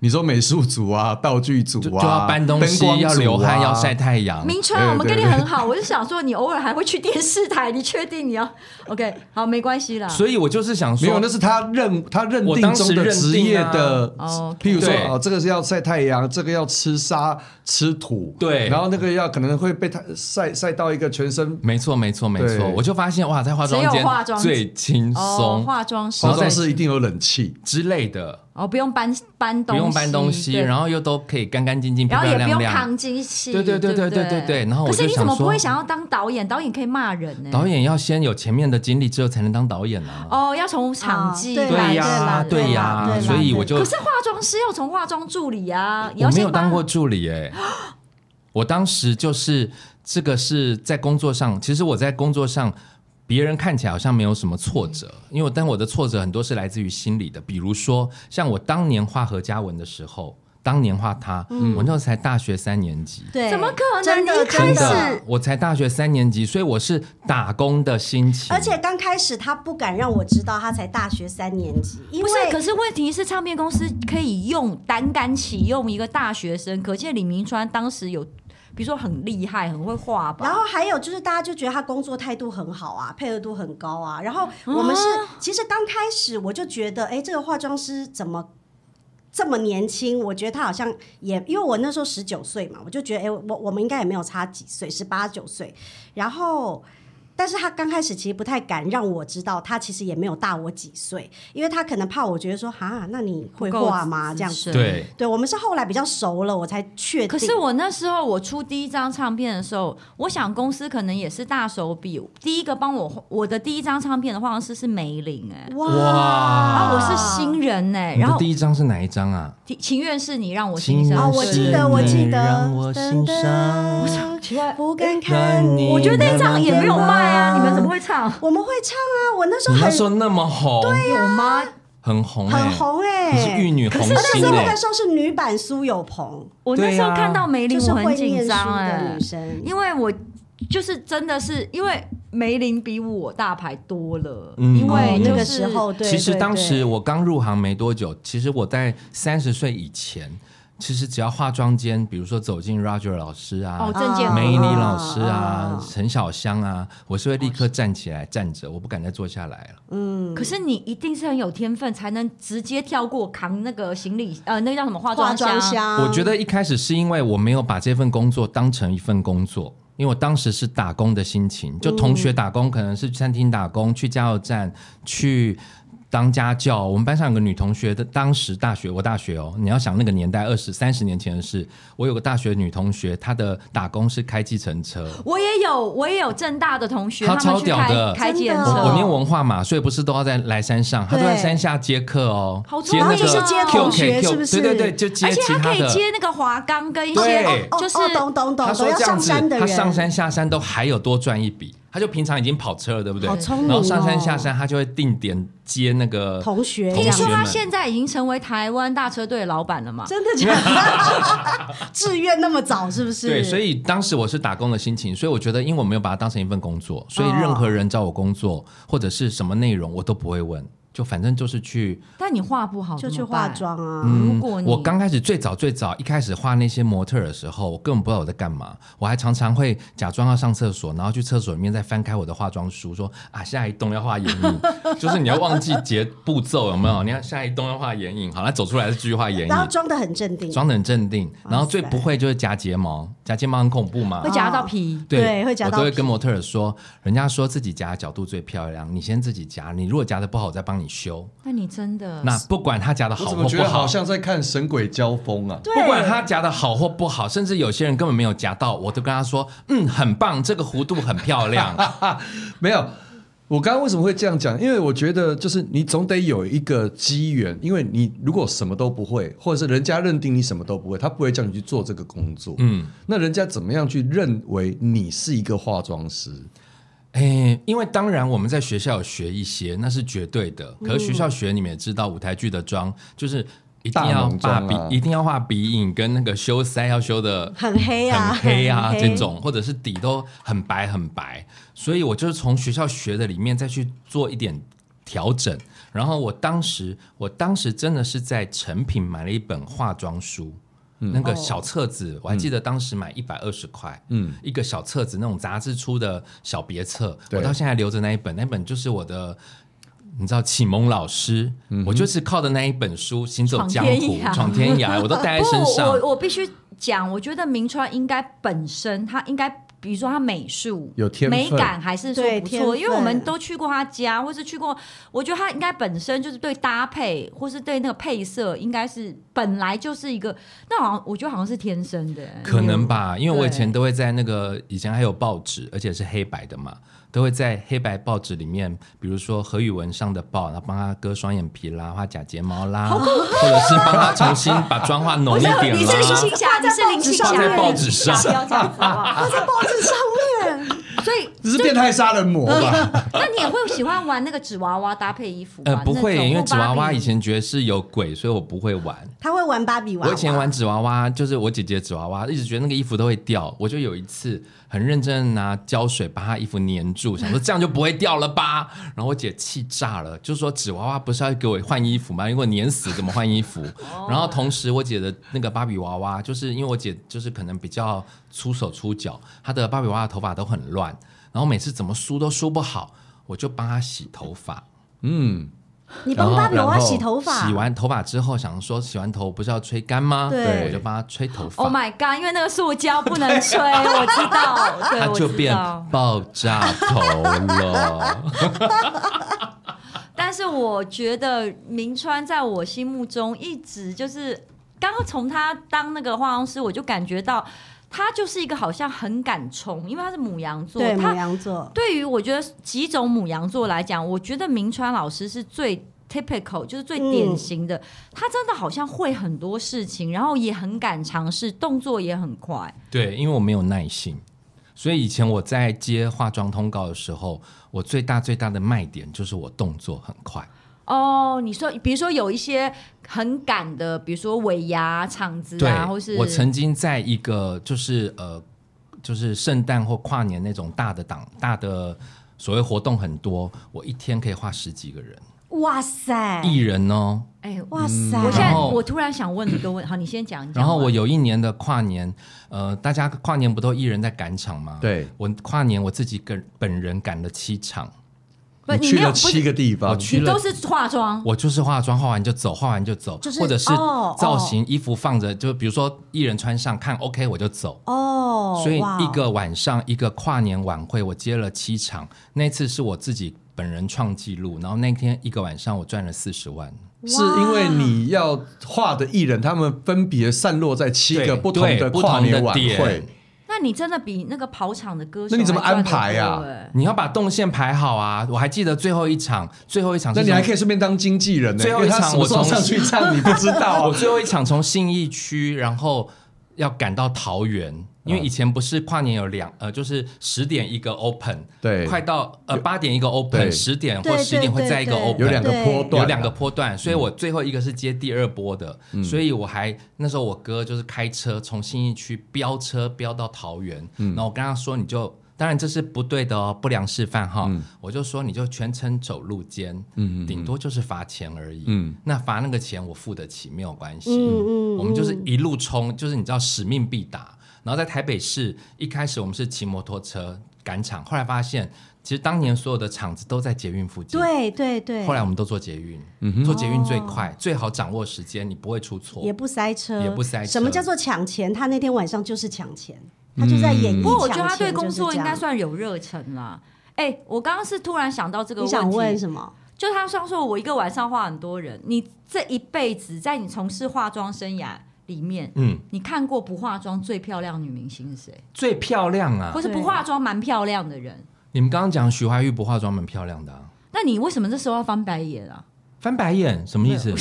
D: 你说美术组啊，道具组
F: 就就
D: 啊，
F: 要搬东
D: 灯
F: 西，
D: 光组啊
F: 要流汗，要晒。太阳。
E: 明
D: 对
E: 川，我们
D: 对
E: 跟你
D: 对
E: 很好，我就想说你偶尔还会去电视台，你确定你要 OK？好，没关系啦。
F: 所以我就是想
D: 没有，
F: 说
D: 那，是他认他认
F: 我
D: 定
F: 当时
D: 中的职业的
E: 认定啊哦，
D: 譬如说
F: 对
D: 哦，这个是要晒太阳，这个要吃沙吃土，
F: 对
D: 然后那个要可能会被太晒晒到一个全身
F: 没错没错没错，
D: 对
F: 我就发现哇，在化妆
E: 只有
F: 间
E: 化妆
F: 最轻
E: 哦
F: 松，
E: 化妆师
D: 化妆师一定有冷气，
F: 之类的。
E: 哦，不用搬搬东
F: 不
E: 西，
F: 用搬东西，
E: 对
F: 然后又都可以干干净净、漂
E: 然后也
F: 漂
E: 不
F: 亮
E: 用
F: 亮。
E: 扛机器，
F: 对对对
E: 对
F: 对
E: 不
F: 对对对然后我
E: 可是
F: 就
E: 你怎么
F: 想说
E: 不会想要当导演？导演可以骂人呢。
F: 导演要先有前面的经历，之后才能当导演啊。
E: 哦，要从场记
C: 哦
E: 来
C: 对啦啦
F: 对呀，
C: 对
F: 呀、
C: 啦对啦
F: 所以我就
E: 可是化妆师要从化妆助理啊，你要
F: 我没
E: 先
F: 有当
E: 帮
F: 过助理哎、我当时就是这个是在工作上，其实我在工作上。别人看起来好像没有什么挫折，因为我但我的挫折很多是来自于心理的，比如说像我当年画何嘉文的时候，当年画他，我那时候才大学三年级，
C: 对，
E: 怎么可能
C: 真的
E: 你一
C: 真
E: 开
C: 的
E: 始。
F: 我才大学三年级，所以我是打工的心情。
C: 而且刚开始他不敢让我知道他才大学三年级，因
E: 不
C: 为
E: 是，可是问题是，唱片公司可以用胆敢启用一个大学生，可见李明川当时有，比如说很厉害，很会画吧。嗯
C: 然后还有就是，大家就觉得他工作态度很好啊，配合度很高啊。然后我们是，
E: 啊
C: 其实刚开始我就觉得，哎，这个化妆师怎么这么年轻？我觉得他好像也，因为我那时候十九岁嘛，我就觉得，哎，我我们应该也没有差几岁，十八九岁。然后。但是他刚开始其实不太敢让我知道，他其实也没有大我几岁，因为他可能怕我觉得说，哈，那你会
E: 不够
C: 画吗？
E: 资
C: 这样
E: 深
C: 子。
F: 对，
C: 对，我们是后来比较熟了，我才确定。
E: 可是我那时候我出第一张唱片的时候，我想公司可能也是大手笔。第一个帮我我的第一张唱片的化妆师是梅林、哎，
C: 哇，
E: 啊，
F: 哇
E: 我是新人哎、
F: 你
E: 然
F: 的
E: 后
F: 第一张是哪一张啊？
E: 情情愿是你啊让我
F: 情
E: 欣
F: 人
E: 赏，
C: 哦，我记得，我记得，噔
E: 奇怪
C: 噔不敢看哎你。
E: 我觉得那张也没有卖啊，你们怎么会唱？
C: 我们会唱啊，我那时候
F: 你那时
C: 很
F: 候那么红，
E: 有吗？
F: 很红、欸，
C: 很红哎、
F: 你是玉女红
C: 而且
F: 心
C: 那时候
F: 哎、哦
C: 那时候是女版苏有朋，
E: 我那时
F: 啊
E: 候看到梅林，
C: 就是
E: 我
C: 会
E: 很
C: 念
E: 紧
C: 书
E: 张
C: 的
E: 哎
C: 女，生。
E: 因为我就是真的是因为梅林比我大牌多了，
F: 嗯
E: 因为
C: 哦那
E: 就
C: 个
E: 是
C: 时候，对，
F: 其实
C: 对
F: 当时
C: 对
F: 我刚入行没多久，其实我在三十岁以前，其实只要化妆间，比如说走进 Roger 老师啊，
E: 哦，证件
F: 梅
E: 梅
F: 里
C: 林
F: 老师啊，
C: 啊
F: 陈小香啊，我是会立
C: 哦
F: 刻站起来站着，我不敢再坐下来了。
E: 可是你一定是很有天分，才能直接跳过扛那个行李，呃，那个叫什么化
C: 化
E: 妆
C: 妆
E: 箱？
C: 箱，
F: 我觉
C: 得
F: 得一开始是因为我没有把这份工作当成一份工作，因为我当时是打
E: 嗯
F: 工的心情，就同学打工，可能是去餐厅打工，去加油站，去。当家教。我们班上有个女同学的，当时大学我大学哦，你要想那个年代二十三十年前的事，我有个大学女同学，她的打工是开计程车。
E: 我也有，我也有正大的同学，
F: 他
E: 他
F: 超
E: 们去
F: 屌的哦
E: 开开计程
C: 真
E: 车，
C: 的
F: 我我念文化嘛，所以不是都要在来山上，他都在
C: 对
F: 山下接客哦，
E: 好
F: 接
E: 聪
F: 那
E: 明
F: 个
E: 哦就是接
F: Q
E: 同
F: K
C: 学
F: Q，
C: 是不是
F: 对对对，就接
E: 而且
F: 其
E: 他可以
F: 的。
E: 接那个华冈跟一些
F: 对
E: 哦就是
C: 哦哦懂懂懂懂，
F: 哎他说
C: 要
F: 这样
C: 上
F: 子
C: 山的，
F: 他
C: 人，
F: 上山下山都还有多赚一笔。他就平常已经跑车了，对不对？
C: 好聪明哦
F: 然后上山下山，他就会定点接那个
C: 同学这
E: 听
F: 同学
C: 样
E: 说他
F: 们。
E: 现在已经成为台湾大车队的老板了嘛？
C: 真的假的？ 志愿那么早是不是？
F: 对，所以当时我是打工的心情，所以我觉得，因为我没有把它当成一份工作，所以
C: 哦
F: 任何人找我工作或者是什么内容，我都不会问，就反正就是去
E: 但你画不好
C: 就去
E: 怎么办
C: 化。妆啊。
F: 嗯
E: 如果你
F: 我刚开始最早最早一开始画那些模特儿的时候，我根本不知道我在干嘛。我还常常会假装要上厕所，然后去厕所里面再翻开我的化妆书，说啊下一栋要画眼影，就是你要忘记节步骤有没有？你看下一栋要画眼影，好，那走出来是继续画眼
C: 然后
F: 影，
C: 装的很镇定，
F: 装的很镇定。然后
C: 哇塞
F: 最不会就是夹睫毛，夹睫毛很恐怖嘛
E: 会。夹
C: 哦
E: 到皮，
C: 对会夹到
F: 我都会
C: 皮
F: 跟模特儿说，人家说自己夹的角度最漂亮，你先自己夹，你如果夹的不好，我再帮你修。
E: 那你真的
F: 那不管他夹的
D: 我
F: 好
D: 怎
F: 或
D: 么觉
F: 不
D: 得
F: 好
D: 好，像在看《神鬼交锋》啊？
C: 对
F: 不管他夹的好或不好，甚至有些人根本没有夹到，我都跟他说：“嗯，很棒，这个弧度很漂亮。
D: 没有，我刚刚为什么会这样讲？因为我觉得就是你总得有一个机缘，因为你如果什么都不会，或者是人家认定你什么都不会，他不会叫你去做这个工作。嗯，那人家怎么样去认为你是一个化妆师？”
F: 哎，因为当然我们在学校有学一些，那是绝对的。可是学校学你们也知道，舞台剧的妆就是一定
D: 大
F: 要
D: 浓
F: 画
D: 妆
F: 鼻，
D: 啊
F: 一定要画鼻影，跟那个修腮要修的
C: 很黑啊，
F: 很黑啊
C: 很
F: 这。种，或者是底都很白很白，所以我就是从学校学的里面再去做一点调整。然后我当时，我当时真的是在成品买了一本化妆书。那个小册子，我还记得当时买一百二十块，嗯，一个小册子，那种杂志出的小别册，
D: 对
F: 我到现在留着那一本，那本就是我的，你知道启蒙老师，我就是靠的那一本书行走江
E: 闯
F: 湖
E: 天，涯
F: 闯天涯，我都带在身上。
E: 不，我我必须讲，我觉得明川应该本身他应该，比如说他美术
D: 有天分
E: 美感还是说
C: 对
E: 不
C: 天
E: 错，
C: 分
E: 因为我们都去过他家，或是去过，我觉得他应该本身就是对搭配或是对那个配色，应该是本来就是一个，那好像我觉得好像是天生的、欸
F: 可能吧，因为我以前
E: 嗯对
F: 都会在那个以前还有报纸，而且是黑白的嘛，都会在黑白报纸里面，比如说何宇文上的报，然后帮他割双眼皮啦，画假睫毛啦，或者是帮他重新把妆化浓一点
E: 你
F: 啦
E: 是。
C: 啊
E: 林青霞，你是林青霞，
F: 画在报纸上
E: 不要这样子好不好？
C: 我在报纸上面，
E: 所以，
D: 这是变态杀人魔 吧？
E: 那你也会喜欢玩那个纸娃娃搭配衣服吗？
F: 呃，不会，
E: 那种
F: 因为
E: 或
F: 纸娃
E: 芭
F: 娃
E: 比
F: 以前觉得是有鬼，所以我不会玩。
C: 他会玩芭比娃娃。
F: 我以前玩纸娃娃，就是我姐姐的纸娃娃，一直觉得那个衣服都会掉。我就有一次很认真地拿胶水把她衣服粘住，想说这样就不会掉了 吧。然后我姐气炸了，就说纸娃娃不是要给我换衣服吗？如果粘死怎么换衣服？
C: 哦
F: 然后同时我姐的那个芭比娃娃，就是因为我姐就是可能比较出手出脚，她的芭比娃娃头发都很乱，然后每次怎么梳都梳不好，我就帮她洗头发。
D: 嗯，
C: 你帮芭比娃娃
D: 然后
C: 洗头发，
F: 洗完头发之后，想说洗完头不是要吹干吗？
C: 对哦
F: 我就帮她吹头发。
E: Oh my god！因为那个塑胶不能吹，我知道，对，
F: 它
E: 我
F: 就
E: 知
F: 变
E: 道。
F: 爆炸头 了。
E: 但是我觉得明川在我心目中一直就是，刚刚从他当那个化妆师，我就感觉到他就是一个好像很敢冲，因为他是母羊座，
C: 对母
E: 他
C: 羊座，
E: 对于我觉得几种母羊座来讲，我觉得明川老师是最 typical，就是最典型
C: 嗯
E: 的。他真的好像会很多事情，然后也很敢尝试，动作也很快。
F: 对，因为我没有耐心，所以以前我在接化妆通告的时候，我最大最大的卖点就是我动作很快。
E: 哦，你说，比如说有一些很赶的，比如说尾牙场子
F: 对
E: 啊，或是
F: 我曾经在一个就是呃，就是圣诞或跨年那种大的档大的。所谓活动很多，我一天可以画十几个人，
C: 哇塞，
F: 艺人哦。
E: 哎、
C: 哇塞，
E: 我现在
F: 然
D: 哦
F: 后
E: 我突然想问你一 个问，好，你先讲。你讲
F: 然后
E: 完
F: 我有一年的跨年，呃，大家跨年不都艺人在赶场吗？
D: 对，
F: 我跨年我自己个本人赶了七场，
E: 不，你
D: 去
E: 没有
D: 了
E: 不
D: 七
E: 是，哦
D: 个地方，
F: 我去
E: 你
F: 了
E: 都是化妆。
F: 我就是化妆，化完就走，化完就走，
C: 就是
F: 或者是
C: 哦
F: 造型、衣服放着，就比如说艺人穿上看 OK 我就走。
C: 哦，
F: 所以
C: 哇
F: 一个晚上一个跨年晚会，我接了七场，那次是我自己本人创纪录，然后那天一个晚上我赚了四十万。
D: 是因为你要画的艺人，他们分别散落在七个
F: 对
D: 不同的
F: 对
D: 跨年晚
F: 不同的
D: 会
F: 点，
E: 那你真的比那个跑场的歌手
D: 那你怎么
E: 还赚得
D: 安排啊
E: 多欸
F: 你要把动线排好啊！我还记得最后一场，最后一场是
D: 那你还
F: 从
D: 可以顺便当经纪人呢、
F: 最
D: 因
F: 后
D: 为
F: 一
D: 他
F: 场
D: 什么
F: 我
D: 时候
F: 从
D: 上去唱你不知道
F: 我
D: 啊。
F: 最后一场从信义区，然后要赶到桃园，因为以前不是跨年有两呃，就是十点一个 open，
D: 对
F: 快到呃八点一个
D: 对
F: open，十点或
C: 对
F: 十点会再一个
C: 对对
F: open，
D: 有两个
C: 对
D: 波段啊、
F: 有两个波段，嗯所以我最后一个是接第二波的，所以我还那时候我哥就是开车从信义区飙车飙到桃园，然后我跟他说你就。当然这是不对的哦，不良示范哈、我就说你就全程走路肩，嗯，顶多就是罚钱而已，嗯，那罚那个钱我付得起，没有关系，
C: 嗯嗯
F: 我们就是一路冲，就是你知道使命必达。然后在台北市一开始我们是骑摩托车赶场，后来发现其实当年所有的场子都在捷运附近，
C: 对对对，哦
F: 后来我们都做捷运，做捷运最快，最好掌握时间，你不会出错。
C: 也不塞车，
F: 也不塞车嗯
C: 什么叫做抢钱？他那天晚上就是抢钱，他就在演绎抢钱。
E: 不过我觉得他对工
C: 就是
E: 作
C: 这
E: 应
C: 样
E: 该算有热忱啦。哎、我刚刚是突然想到这个
C: 你想
E: 问
C: 问
E: 题，
C: 什么？
E: 就他上说，我一个晚上画很多人，你这一辈子在你从事化妆生涯里面，
F: 嗯，
E: 你看过不化妆最漂亮女明星是谁？
F: 最漂亮啊
E: 或！是不化妆蛮漂亮的人？
F: 你们刚刚讲许怀玉不化妆蛮漂亮的、啊，
E: 那你为什么这时候要翻白眼 啊？
F: 翻白眼什么意思？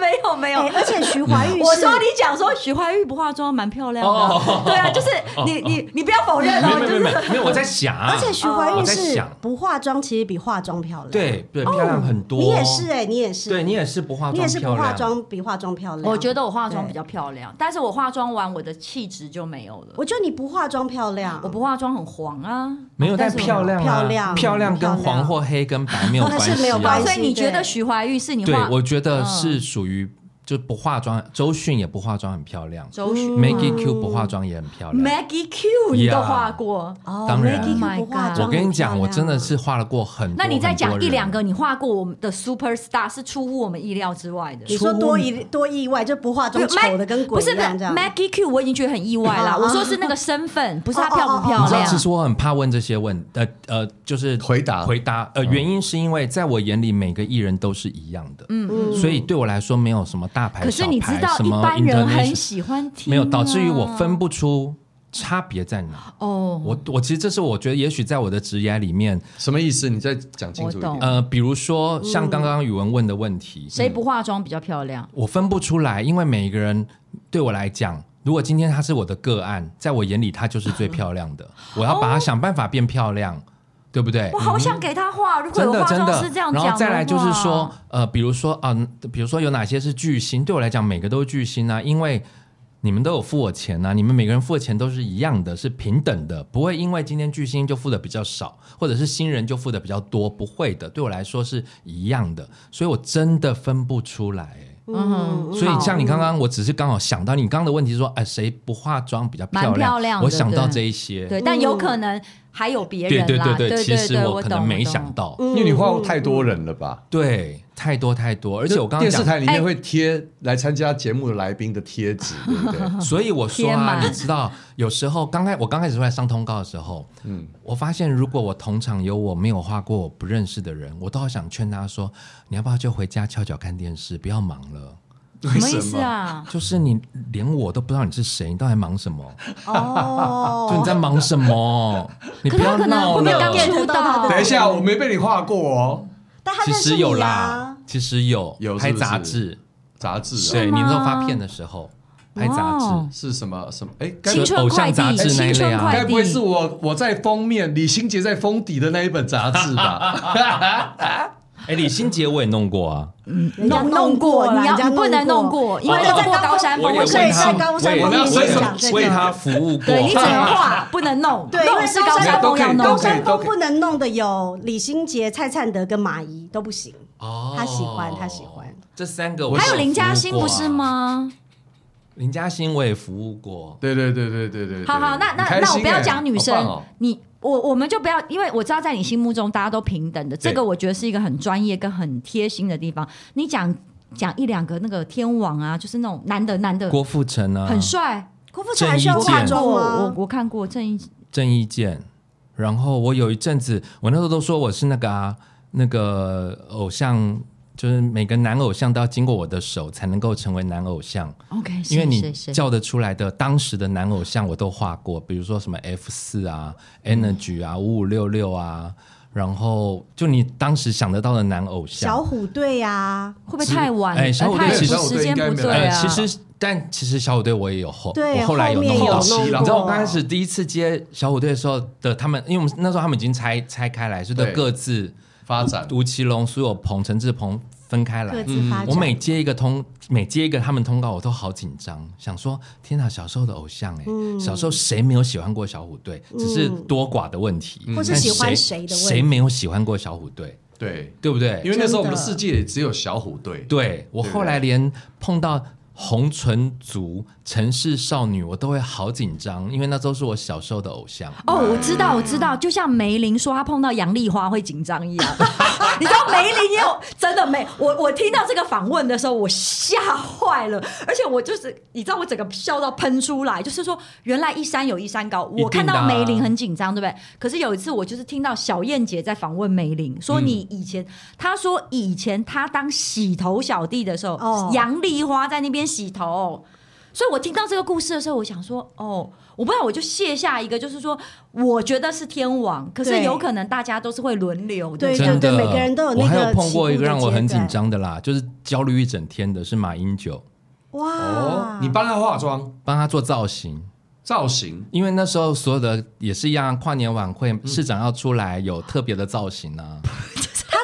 E: 没有没有
C: 哎，而且
F: 嗯
C: 徐怀钰是，
E: 我说你讲说徐怀钰不化妆蛮漂亮的啊，对啊，就是你你你不要否认
F: 没有
E: 哦，
F: 没
E: 就
F: 有
E: 是
F: 没有没有没有，我在想、啊，
C: 而且徐怀
F: 我
C: 钰
F: 在
C: 是
F: 想
C: 不化妆，其实比化妆漂亮。，
F: 对对漂亮很多。
C: 你也是哎，你也是，
F: 对你也是不化
C: 你也
F: 妆
C: 是不
F: 漂
C: 化
F: 亮，
C: 妆哦比化妆漂亮。
E: 我觉得我化妆比较漂亮，但是我化妆完我的气质就没有了。
C: 我觉得你不化妆漂亮，
E: 我不化妆很黄啊，
F: 没有但
E: 是我
F: 漂亮、啊、
C: 漂亮
F: 漂亮跟
C: 漂亮
F: 黄或黑跟白没有
C: 它
F: 关
C: 是
F: 系、啊，
C: 没有关系
E: 所以你
C: 对
E: 觉得徐怀钰是你
F: 对
E: 化，
F: 我觉得是
C: 嗯
F: 属于就不化妆，周迅也不化妆很漂亮
E: 周迅
F: ，Maggie Q 不化妆也很漂亮。
E: Maggie Q 你都化过，
C: 哦，
F: 当然
C: Maggie Q
E: Oh my
C: 不化
E: God
C: 妆，
F: 我跟你讲，我真的。是画了过很多。
E: 那你再
F: 很
E: 讲
F: 多
E: 一
F: 人
E: 两个你画过我们的 super star 是出乎我们意料之外的。
F: 啊
C: 你说多意多意外，就不化妆丑的跟鬼
E: 不是
C: 一
E: 不是
C: 样这样。
E: Maggie Q，我已经觉得很意外
C: 哦
E: 啦。
C: 哦
E: 我说是那个身份，不是她
C: 哦哦
E: 漂不漂
F: 你知道，
E: 亮。
F: 其实我很怕问这些问，呃呃，就是
D: 回答嗯
F: 回答。呃，原因是因为在我眼里，每个艺人都是一样的，嗯嗯，所以对我来说没有什么大牌
E: 可是
F: 小
E: 你知
F: 牌
E: 道，
F: 什
E: 一
F: 么
E: 般人很
F: international，
E: 喜欢听啊，
F: 没有导致于我分不出差别在哪。
E: 哦。
F: 我我其实这是我觉得，也许在我的职业里面，
D: 什么意思？你再讲清楚一
E: 我
D: 点
E: 懂。
F: 呃，比如说像刚刚宇文问的问题，
E: 嗯谁不化妆比较漂亮？
F: 我分不出来，因为每一个人对我来讲，如果今天她是我的个案，在我眼里她就是最漂亮
E: 哦
F: 的，我要把她想办法变漂亮，对不对嗯
E: 我？好想给她画，如果
F: 真
E: 有
F: 的
E: 化
F: 真
E: 妆
F: 的
E: 师这样，
F: 然
E: 讲，
F: 后再来就是说，，呃，比如说啊、比如说有哪些是巨星？对我来讲，每个都是巨星啊，因为你们都有付我钱啊，你们每个人付的钱都是一样的，是平等的，不会因为今天巨星就付的比较少，或者是新人就付的比较多，不会的，对我来说是一样的，所以我真的分不出来、欸
E: 嗯，
F: 所以像
E: 好
F: 你刚刚，我只是刚好想到你刚刚的问题说，哎、谁不化妆比较漂
E: 蛮
F: 亮？
E: 漂亮的
F: 我想到
E: 对
F: 这一些。
E: 对，但有可能还有别
F: 对
E: 人
F: 嗯对
E: 啦。
F: 对
E: 对，
F: 其实
E: 对
F: 我可能
E: 懂
F: 没
E: 懂嗯
F: 想到。
D: 因为你画太多人了吧？
F: 对，太多太多，而
D: 而
F: 且我刚刚
D: 电视
F: 讲，
D: 台里面会贴来参加节目的来宾的贴纸，对不对？
E: 哎
F: 所以我说
E: 天
F: 啊，
E: 哪
F: 你知道，有时候刚开我刚开始出来上通告的时候，嗯，我发现如果我同场有我没有画过我不认识的人，我都好想劝他说，你要不要就回家翘脚看电视，不要忙了。
E: 什么意思啊？
F: 就是你连我都不知道你是谁，你到底忙什么？ 就你
C: 哦，
F: 在忙什么？你
E: 可
F: 不
E: 是
F: 要
E: 他可能
F: 闹
E: 会不会刚
F: 了。
E: 出道？
D: 等一下，我没被你画过哦，
C: 但他
F: 其
C: 认识
F: 实
C: 你
F: 有
C: 啊
F: 啦，，其实有
D: 有
F: 拍
D: 是不是啊
F: 杂志，
D: 杂志啊
F: 对，
E: 吗
F: 民众发片的时候拍杂
E: 哇
F: 志，
D: 是什么什么？哎，该
E: 哦青春
F: 偶像
E: 快
F: 杂
E: 递，
F: 志那一
E: 青
F: 类
E: 春
F: 啊
E: 快
D: 该不会是
E: 递，
D: 我我在封面，李心洁在封底的那一本杂志吧？
F: 哎，李心洁我也弄过啊，
C: 人家
E: 弄
C: 过啦，
E: 你
C: 人家
E: 要不能弄
C: 过。
E: 过，因为
C: 我
E: 弄
C: 在
E: 过
C: 高
E: 高山
C: 我
E: 峰
C: 也
E: 会
C: 问
E: 生
C: 他
E: 气。
C: 高山峰
F: 我也
C: 也
F: 为
C: 是
F: 他
C: 讲这
F: 为他
C: 个。
F: 服务过，
E: 对你只能画，不能弄，
C: 对因为
E: 弄是高山
D: 都
E: 峰
D: 可以
E: 要
D: 都
E: 弄
C: 高
D: 可以
E: 的。
C: 山峰不能弄的有李心洁、蔡灿德跟马伊都不行。
F: 哦
C: 他喜欢他喜欢
F: 这三个我
E: 还有
F: 服务
E: 林嘉欣
F: 过啊
E: 不是？吗？
F: 林嘉欣我也服务过，
D: 对对对对对对对。
E: 好好，那
D: 很
E: 那
D: 开心
E: 那我不要
D: 哎
E: 讲女
D: 好
E: 生，
D: 棒哦
E: 你我我们就不要，因为我知道在你心目中大家都平等的，这个我觉得是一个很专业跟很贴心的地方。你讲讲一两个那个天王啊，就是那种男的男的
F: 郭富城啊，
E: 很帅，
C: 郭富城还需要
F: 郑伊健
C: 化
E: 看过
C: 妆
E: 我
C: 吗
E: 我？我看过郑伊
F: 郑伊健。然后我有一阵子，我那时候都说我是那个啊，那个偶像，就是每个男偶像都要经过我的手才能够成为男偶像。
E: OK，
F: 因为你
E: 哎是是是
F: 叫得出来的当时的男偶像我都画过，比如说什么 F 四啊、Energy 啊、五五六六啊，然后就你当时想得到的男偶像，
C: 小虎队啊呀，
E: 会不会太晚？
F: 哎小
E: 呃
F: 虎
E: 太
F: 队其实
E: 时间不对
F: 呃，
E: 啊。
F: 其实但其实小虎队我也有后，
C: 对，
F: 我后来有
C: 面
F: 弄
C: 有
F: 到。
D: 后期啦
C: 弄
F: 你知道
C: 过
F: 我刚开始第一次接小虎队的时候的他们，因为我们那时候他们已经拆拆开来，是都
D: 对
F: 各自
D: 发展
F: 吴奇隆、苏有朋、陈志朋分开来
C: 各。自发展，
F: 我每接一个通，每接一个他们通告，我都好紧张，想说天哪，小时候的偶像哎、
C: 嗯
F: 小时候谁没有喜欢过小虎队？只是多寡的问题，
C: 或是
F: 但
C: 喜欢
F: 谁
C: 谁的问题
F: 谁没有喜欢过小虎队？
D: 对，
F: 对不对？
D: 因为那时候我们的
C: 真的
D: 世界也只有小虎队，
F: 对我
D: 对
F: 后来连碰到红唇族、城市少女，我都会好紧张，因为那都是我小时候的偶像。
E: 哦，我知道，我知道，就像梅林说她碰到杨丽花会紧张一 样。你知道梅林也有真的没我，我听到这个访问的时候，我吓坏了，而且我就是你知道我整个笑到喷出来，就是说原来一山有一山高。
F: 定
E: 我
F: 的啊
E: 看到梅林很紧张，对不对？可是有一次我就是听到小燕姐在访问梅林，说你以前，她说以前她当洗头小弟的时候，
C: 哦
E: 杨丽花在那边洗头。所以我听到这个故事的时候，我想说，哦，我不知道，我就卸下一个，就是说，我觉得是天王，可是
C: 对
E: 有可能大家都是会轮流的
C: 对。
F: 真的，
C: 对每个人都有那个
F: 我还有碰过一个让我很
C: 起步的阶段
F: 紧张的啦，就是焦虑一整天的，是马英九
D: 哦
C: 哇，，
D: 你帮他化妆
F: 帮他做造型。
D: 造型，
F: 因为那时候所有的也是一样，跨年晚会市长要出来有特别的造型啊，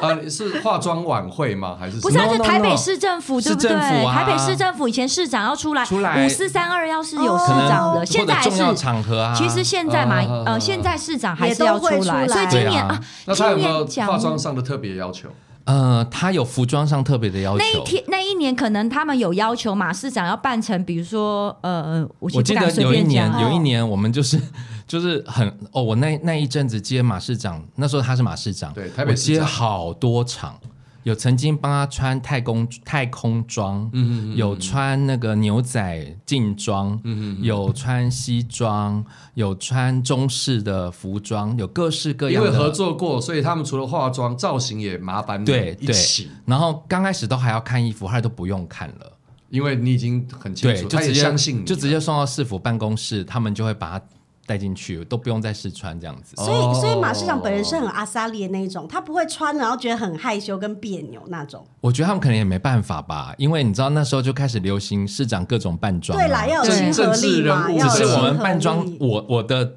D: 啊，是化妆晚会吗？还是
E: 不是、啊，
F: No,
E: 就
F: no,
E: 台北
F: no
E: 市政府对不
F: 市
E: 对？
F: 政府啊
E: 台北市政府以前市长要出来，
F: 出来
E: 五四三二要是嗯有市
F: 可
E: 长
F: 能
E: 的，
F: 或
E: 现
F: 者
E: 在还
F: 重要
E: 是。
F: 场合啊。嗯
E: 其实现在嘛，
D: 啊
E: 呃，现在市长还是要出
C: 也都会
E: 来，
C: 出来
E: 所以今
F: 哦对
E: 年
F: 啊
E: 啊，
D: 那他有
E: 今
D: 没有
E: 年讲
D: 化妆上的特别要求？
F: 呃，他有服装上特别的要求。
E: 那一天那一年，可能他们有要求马市长要办成，比如说，呃，我
F: 我
E: 我
F: 记得有一年，有一
E: 年
F: 年我们就是就是很哦，我那那一阵子接马市长，那时候他是马市长，
D: 对台北市
F: 我接
D: 长
F: 好多场，有曾经帮他穿太空太空装，嗯有穿那个牛仔劲装，嗯有穿西装，有穿中式的服装，有各式各
D: 因
F: 样
D: 为
F: 的
D: 合作过，所以他们除了化妆，造型也麻烦你
F: 对
D: 一
F: 对
D: 起，，
F: 然后刚开始都还要看衣服，后来都不用看了。
D: 因为你已经很清
F: 对，
D: 楚，
F: 就
D: 他
F: 直
D: 也
F: 接
D: 相信你，
F: 就直接送到市府办公室，他们就会把他带进去，都不用再试穿这样子。
C: 所以，所以马市长本人是
D: 哦
C: 很阿萨利的那一种，他不会穿，然后觉得很害羞跟别扭那种。
F: 我觉得他们可能也没办法吧，因为你知道那时候就开始流行市长各种扮装、啊，
C: 对啦，要有
D: 政
C: 亲和
D: 政治
C: 力嘛，
D: 人物
C: 要有
F: 只是
C: 亲
F: 我们
C: 和
F: 扮装
C: 力，
F: 我我的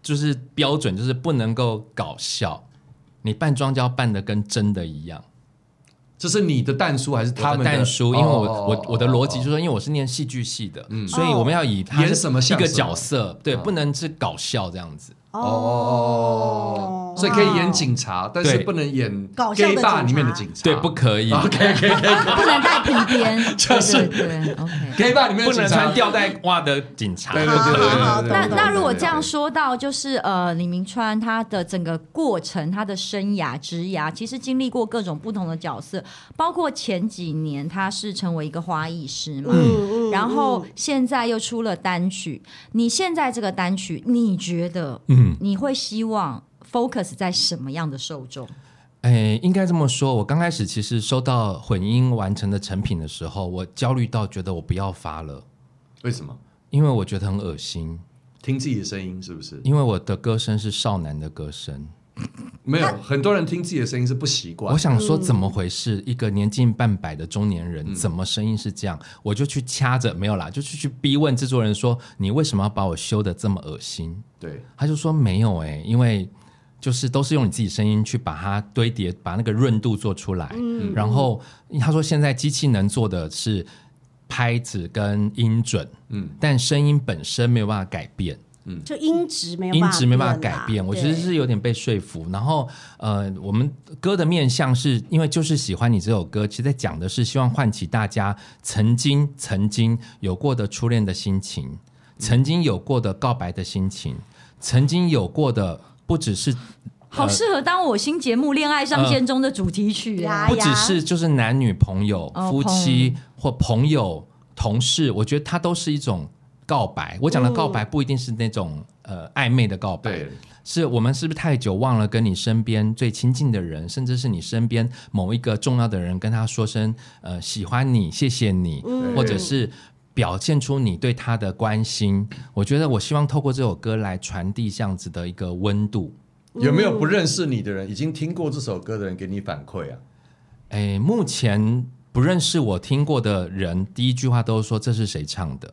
F: 就是标准就是不能够搞笑，你扮装就要扮的跟真的一样。
D: 这是你的蛋叔还是他
F: 他
D: 们
F: 们
D: 的
F: 蛋叔，因为我、
D: 哦
F: 我我的逻辑就是
D: 哦
F: 说，因为我是念戏剧系的，所以我们要以他
D: 演什么嗯
F: 一
D: 像
F: 个
D: 什么
F: 角色，对，不能是搞笑这样子。
D: 哦，所以可以演警察，但是
F: 对
D: 不能演
C: 搞笑的
D: gay
C: 警察
D: bar 里面的警察，
F: 对，不可
D: 啊
F: 以。
E: 不能带皮鞭，
D: 就是
E: 对对对，OK。
D: gay bar 里面的
F: 不
D: 警
F: 能
D: 察
F: 穿吊带袜的警察。
D: 对对对对
C: 好好
D: 对对对
E: 那
D: 对
E: 那
D: 对
E: 如果
D: 对
E: 这样
D: 对
E: 说到，就是呃，李明川他的整个过程，他的生涯、职涯，其实经历过各种不同的角色，包括前几年他是成为一个花艺师嘛，
C: 嗯嗯
E: 然后
C: 嗯
E: 现在又出了单曲。你现在这个单曲，你觉得
F: 嗯，
E: 你会希望 focus 在什么样的受众？
F: 哎，应该这么说。我刚开始其实收到混音完成的成品的时候，我焦虑到觉得我不要发了，
D: 为什么
F: 因为我觉得很恶心，
D: 听自己的声音是不是？
F: 因为我的歌声是少男的歌声。
D: 没有，很多人听自己的声音是不习惯
F: 我。想说怎么回事？一个年近半百的中年人，怎么声音是这样？我就去掐着，没有啦，就是去逼问制作人说，你为什么要把我修的这么恶心？
D: 对，
F: 他就说没有哎、因为就是都是用你自己声音去把它堆叠，把那个润度做出来。然后他说现在机器能做的是拍子跟音准，
D: 嗯
F: 但声音本身没有办法改变。
C: 就音质没有
F: 嗯音
C: 办法，
F: 质没办法改变，我其
C: 觉得
F: 实是有点被说服。然后，呃，我们歌的面向是因为就是喜欢你这首歌，其实在讲的是希望唤起大家曾经曾经有过的初恋的心情，曾经有过的告白的心情，曾经有过的不只是
E: 好适合当我新节目《恋爱上线》中的主题曲、
C: 哎呀
E: 啊
F: 不只是就是男女朋友、
E: 哦
F: 夫妻或朋友、同事，我觉得它都是一种告白。我讲的告白不一定是那种、呃暧昧的告白
D: 对，
F: 是我们是不是太久忘了跟你身边最亲近的人，甚至是你身边某一个重要的人，跟他说声呃喜欢你，谢谢你，
C: 嗯
F: 或者是。表现出你对他的关心，我觉得我希望透过这首歌来传递这样子的一个温度。
D: 嗯有没有不认识你的人，已经听过这首歌的人给你反馈啊？
F: 哎，目前不认识我听过的人，第一句话都是说这是谁唱的，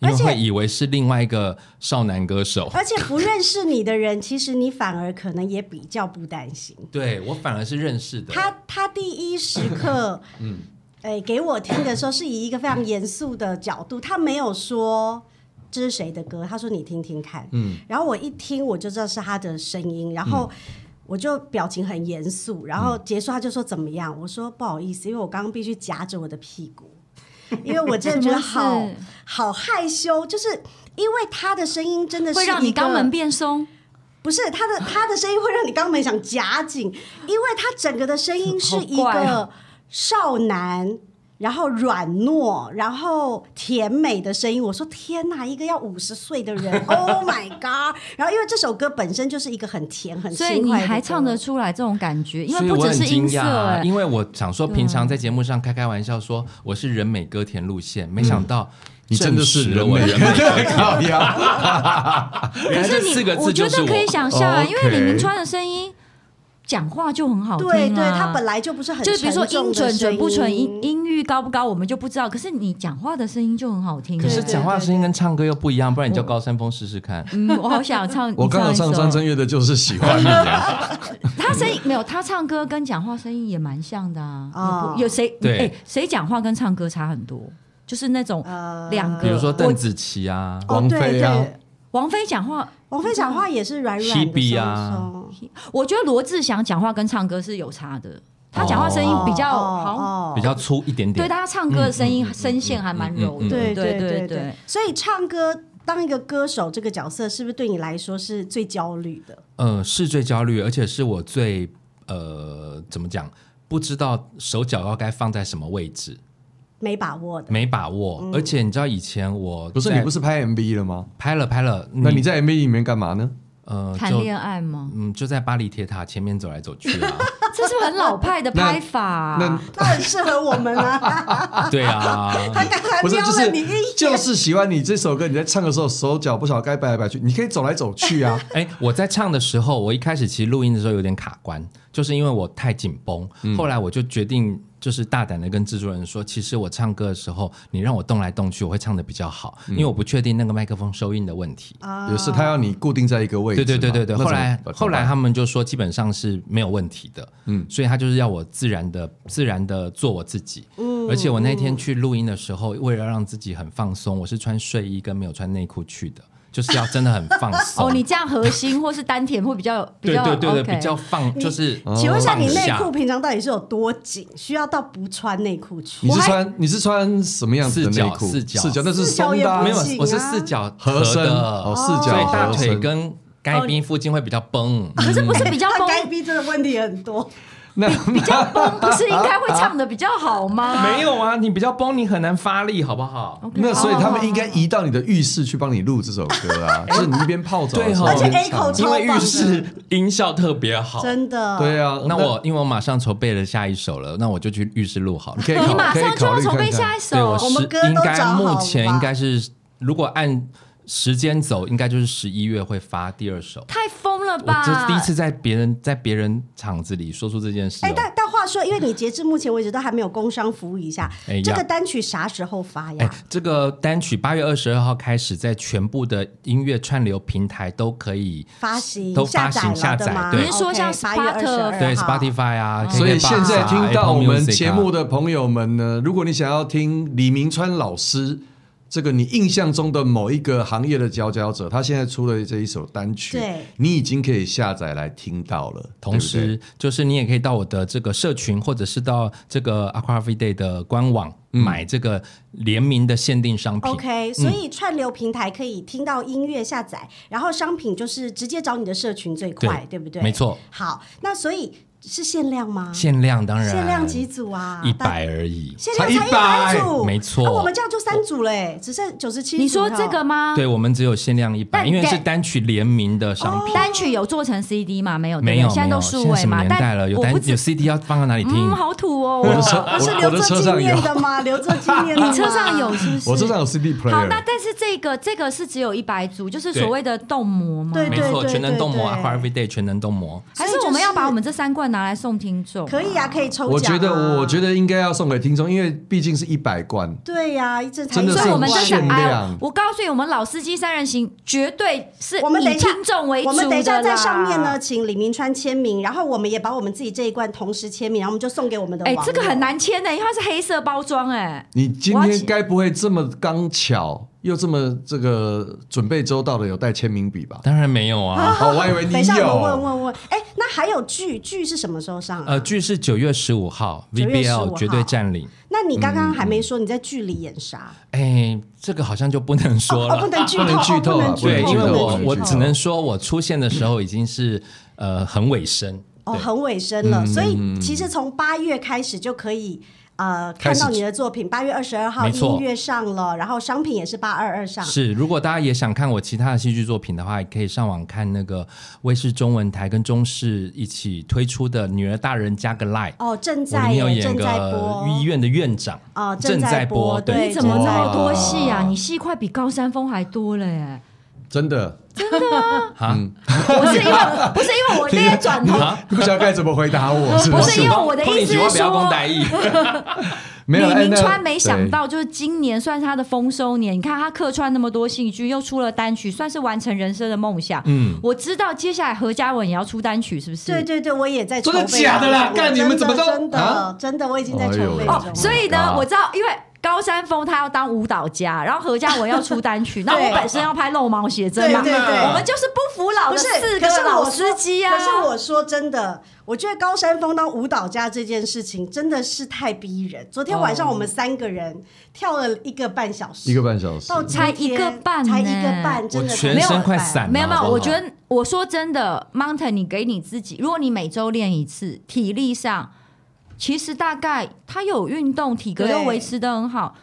F: 因为
C: 而且
F: 会以为是另外一个少男歌手。
C: 而且不认识你的人，其实你反而可能也比较不担心。
F: 对我反而是认识的，
C: 他他第一时刻，嗯，哎、给我听的时候是以一个非常严肃的角度，他没有说这是谁的歌，他说你听听看，嗯，然后我一听我就知道是他的声音，然后。我就表情很严肃，然后结束他就说怎么样？我说不好意思，因为我刚刚必须夹着我的屁股，因为我真的觉得好
E: 什么事
C: 好害羞，就是因为他的声音真的是
E: 会让你
C: 一个
E: 肛门变松。
C: 不是他的 他的声音会让你肛门想夹紧，因为他整个的声音是一
E: 好怪
C: 个
E: 哦
C: 少男，然后软糯，然后甜美的声音。我说天哪，一个要五十岁的 人，Oh my god！然后因为这首歌本身就是一个很甜很轻
E: 所
C: 快
E: 以
C: 的
E: 你
C: 歌
E: 还唱得出来这种感觉，因
F: 所
E: 为
F: 以
E: 不
F: 我
E: 只
F: 很
E: 是音
F: 惊
E: 色、
F: 讶
E: 哎啊
F: 啊。因为我想说，平常在节目上开开玩笑说我是人美歌甜路线，没
E: 嗯
F: 想到
D: 你真的
F: 证
D: 是
F: 实了
D: 人
F: 我
D: 美
F: 人美歌甜。
D: 靠腰，
F: 原来
E: 可
F: 这四
E: 是
F: 个
E: 你，
F: 字
E: 我觉
F: 就是
E: 得可以
F: 我。哦
E: 想象啊，因为
D: OK
E: 李明川的声音讲话就很好听、啊、
C: 对对，他本来就不是很
E: 就是比如说
C: 沉重
E: 音
C: 的
E: 准准不
C: 声
E: 准，
C: 音
E: 音音域高不高我们就不知道，可是你讲话的声音就很好听、
F: 可是
E: 哎
F: 讲话声音跟唱歌又不一样，不然你叫高山峰试试看。
E: 嗯，我好想 唱。
D: 我刚好唱
E: 你
D: 张
E: 一首
D: 震岳的就是喜欢你 啊，
E: 他声音没有，他唱歌跟讲话声音也蛮像的啊。
C: 哦
E: 也不有谁
F: 对
E: 哎，谁讲话跟唱歌差很多？就是那种两个，
C: 哦
F: 比如说
E: 我
F: 邓紫棋啊，
D: 王菲啊
C: 哦、对对
E: 王菲讲话，
C: 王菲讲话也是软软的
F: Hebe
C: 松
F: 啊
C: 松，
E: 我觉得罗志祥讲话跟唱歌是有差的，他讲话声音比较好像
C: 哦
F: 比较粗一点点
E: 对。他唱歌的声音、声线还蛮
F: 嗯
E: 柔的，
C: 对
E: 对
C: 对
E: 对。，
C: 所以唱歌当一个歌手这个角色，是不是对你来说是最焦虑的？
F: 呃，是最焦虑，而且是我最呃怎么讲，不知道手脚要该放在什么位置，
C: 没把握的？
F: 没把握。
E: 嗯
F: 而且你知道以前我
D: 不是你不
F: 是
D: 是拍 MV 了吗？
F: 拍了拍了，
D: 那你在 MV 里面干嘛呢？
F: 呃
E: 谈
F: 就
E: 恋爱吗？
F: 嗯就在巴黎铁塔前面走来走去啊，
E: 这是不是很老派的拍法、啊
D: 那
C: 那很适合我们 啊！
F: 对啊，
C: 他刚才
D: 不是
C: 瞄
D: 就
C: 了你
D: 是
C: 一眼，
D: 就是喜欢你这首歌，你在唱的时候手脚不晓得该摆来摆去，你可以走来走去啊。
F: 哎，我在唱的时候，我一开始其实录音的时候有点卡关，就是因为我太紧绷。后来我就决定，就是大胆的跟制作人说，其实我唱歌的时候，你让我动来动去，我会唱的比较好，因为我不确定那个麦克风收音的问题。
D: 也是他要你固定在一个位置
F: 对
D: 嘛。
F: 对对对对，
D: 那
F: 后
D: 怎么
F: 来
D: 怎么办
F: 后来他们就说基本上是没有问题的，嗯，所以他就是要我自然的自然的做我自己，嗯，而且我那天去录音的时候，为了让自己很放松，我是穿睡衣跟没有穿内裤去的，就是要真的很放 松。
E: 哦，你这样核心或是丹田会比较比
F: 对
E: 较
F: 对对对，
E: OK
F: 比较放就是放下。
C: 哦请问一下，你内裤平常到底是有多紧，需要到不穿内裤去
D: 你？是穿你是穿什么样子的内裤？
F: 四角
D: 四角
F: 四角
D: 那是
C: 四角
D: 松的
C: 也
D: 啊，
C: 不
F: 没有
C: 行啊，
F: 我是四角
D: 合身
F: 的，
D: 哦，四
F: 所以
D: 角
F: 大
D: 合
F: 腿
D: 身。
F: 跟该边附近会比较
C: 哦
F: 绷。
E: 可是不是比较
C: 他
E: 崩
F: 嗯
C: 该逼真的问题很多，
D: 那
E: 比较崩，不是应该会唱的比较 好吗？
F: 没有啊，你比较绷，你很难发力，好不好？
C: 哦
D: 那所以他们应该移到你的浴室去帮你录这首歌啊，就是你一边泡澡的时候
F: 对哦
D: 一边
C: 而
D: 唱
C: 且 A 口
F: 因为
C: 超棒
F: 浴
C: 的
F: 室音效特别好。
C: 真的。
D: 对啊，
F: 那我因为我马上筹备了下一首了，那我就去浴室录好了
D: 你。可以考
E: 你马上就要筹备下一
F: 对，我
E: 首。
F: 是
C: 我们歌
F: 应
C: 都
F: 该
C: 找好了
F: 目
C: 吧
F: 前应该是，如果按时间走，应该就是十一月会发第二首。
E: 太疯了
F: 我
E: 吧！
F: 这是第一次在别人在别人场子里说出这件事、哦。
C: 哎，但但话说，因为你截至目前为止都还没有工商服务一下
F: 哎呀，
C: 这个单曲啥时候发
F: 哎
C: 呀？，
F: 这个单曲八月二十二号开始，在全部的音乐串流平台都可以
C: 发行
F: 都
C: 下
F: 发
C: 载
F: 行
C: 了
F: 下
C: 的
F: 载
C: 吗？，
E: 你
F: 对
E: 是说像
C: 八月二十
E: Spotify-
C: 二
F: 对，Spotify 啊，
D: 所以
F: KKBOX
D: 现
F: 啊
D: 在听到我
F: Apple
D: 们
F: Music 啊
D: 节目的朋友们呢，如果你想要听李明川老师这个你印象中的某一个行业的佼佼者，他现在出了这一首单曲，
C: 对
D: 你已经可以下载来听到了。
F: 同
D: 对不
F: 时，就是你也
D: 嗯
F: 可以到我的这个社群，或者是到这个 Aqua Every Day 的官网买这个联名的限定商品。
C: OK，所以串流平台可以听到音乐下载，然后商品就是直接找你的社群最快，对
F: 对
C: 不对？
F: 没错。
C: 好，那所以是限量吗？
F: 限量当然
C: 限量几组啊？
F: 一
C: 大
F: 百而已。
C: 限量才
D: 才
C: 一百组，
F: 没错
C: 啊我们这样就三组嘞，只剩九十七。
E: 你说这个吗？
F: 对，我们只有限量一百，
E: 但
F: 因为是单曲联名的商
C: 哦
F: 品。
E: 单曲有做成 CD 吗？没有，对不对
F: 没有，
E: 现在
F: 没有
E: 都数位
F: 什么
E: 嘛。
F: 年代
E: 但
F: 了？有
E: 我
F: 单
E: 不知
F: 有 CD 要放到哪里听？
E: 嗯，好土哦。
D: 我的车，
C: 不是
D: 我我
C: 留
D: 的
C: 作
D: 车
C: 纪
D: 上有
C: 念，的 吗？留作纪念的吗，
E: 你车上有是不是？
D: 我车上有 CD
E: 好，那
D: player。
E: 但是这个这个是只有一百组，就是
F: 对
E: 所谓的冻膜吗？
C: 对
F: 没错，
C: 对
F: 全能冻膜
C: 对
F: a Everyday 全能冻膜。
E: 还
C: 所
E: 是
C: 以就是
E: 我们要把我们这三罐拿来送听众？
C: 可以啊，可以抽奖啊。
D: 我觉得，我觉
C: 得
D: 得应该要送给听众，因为毕竟是一百罐，
C: 对呀，这才
D: 真的
E: 所以
D: 是
E: 我们这是
D: 限
E: 哎
D: 量
E: 呦，我告诉你，我们老司机三人行绝对是
C: 我们
E: 以
C: 等一下
E: 听众为主
C: 我
E: 的啦
C: 们等一下在上面呢，。请李明川签名，然后我们也把我们自己这一罐同时签名，然后我们就送给我们的。
E: 哎，这个很。难签的，因为它是黑色包装，哎，
D: 你今
E: 我要
D: 天
E: 请
D: 该不会这么刚巧，又这么这个准备周到的有带签名 笔吧？
F: 当然没有啊。
D: 哦，我还以为你
C: 等一下，我们问
D: 有。
C: 问问，哎，那还有剧剧是什么时候上啊？
F: 呃，剧是九月十五号
C: 9月15号
F: ，VBL 绝对占领。
C: 那你刚刚还没说你在剧里演啥？
F: 哎，这个好像就不能说
C: 哦，
F: 嗯了，
C: 不能剧
D: 不能
C: 透，
D: 剧透啊
C: 哦不能
D: 不能
C: 剧
F: 对，
C: 透，
F: 因
D: 剧
F: 为
D: 透
F: 我
D: 不能
F: 我
D: 剧透
F: 只能说我出现的时候已经是呃很尾声。
C: 哦，
F: 对
C: 很尾声
F: 嗯
C: 了，所以其实从八月开始就可以。呃，
D: 开
C: 看
D: 始
C: 到你的作品，八月二十二号
F: 没错
C: 音乐上了，然后商品也是八二二上，
F: 是，如果大家也想看我其他的戏剧作品的话，也可以上网看那个卫视中文台跟中视一起推出的《女儿大人加个 lie》。
C: 哦，正
F: 我里
C: 在
F: 面有
C: 耶
F: 演
C: 正在
F: 个
C: 播
F: 医院的院长
C: 哦正
F: 正
C: 在
F: 在
C: 播
F: 播，
C: 对
E: 你怎么
D: 正
E: 这
D: 在
E: 么
D: 播
E: 多戏啊？你戏快比高山峰还多嘞！哎
D: 真的，
F: 啊，
E: 我是因 为不是因为我那些转头，
D: 你不知道该怎么回答我，是
E: 不
D: 是？
E: 是因为我的意思是
F: 不要
E: 说
F: 讲，台语
D: 没有
E: 李
D: 哎
E: 明
D: 那
E: 川没想
D: 对
E: 到，就是今年算是他的丰收年。你看他客串那么多戏剧，又出了单曲，算是完成人生的梦想。嗯，我知道接下来何嘉文也要出单曲，是不是？
C: 对。对对，我也在
D: 嗯真的
C: 筹备
D: 假的啦
C: 我
D: 干
C: 真
D: 你们怎么
C: 的
D: 都
C: 真的
D: 啊
C: 真的，我已经在
D: 哎
C: 筹
D: 呦
C: 备
D: 喂
E: 哦
C: 中，，
E: 所以呢，
F: God
E: 我知道，因为高山峰他要当舞蹈家，然后何嘉文要出 单曲，那我本身要拍《露毛写真》嘛，
C: 对对对
D: 啊
E: 我们就是不服老
C: 不
E: 的
C: 是
E: 四
C: 可是我
E: 个老
C: 说
E: 司机啊。
C: 可是我说真的，我觉得高山峰当舞蹈家这件事情真的是太逼人。昨天晚上我们三个人跳了一个半小时，
D: 一个半小时，
C: 到
E: 才
C: 今天
E: 一个半
C: 才一
E: 呢
C: 个半，真
F: 我
C: 的
F: 全身快散
E: 哎
F: 了。
E: 没有没有，
F: 好不好
E: 我觉得我说真的，Mountain，你给你自己，如果你每周练一次，体力上其实大概他有运动，体格又
C: 对
E: 维持的很好，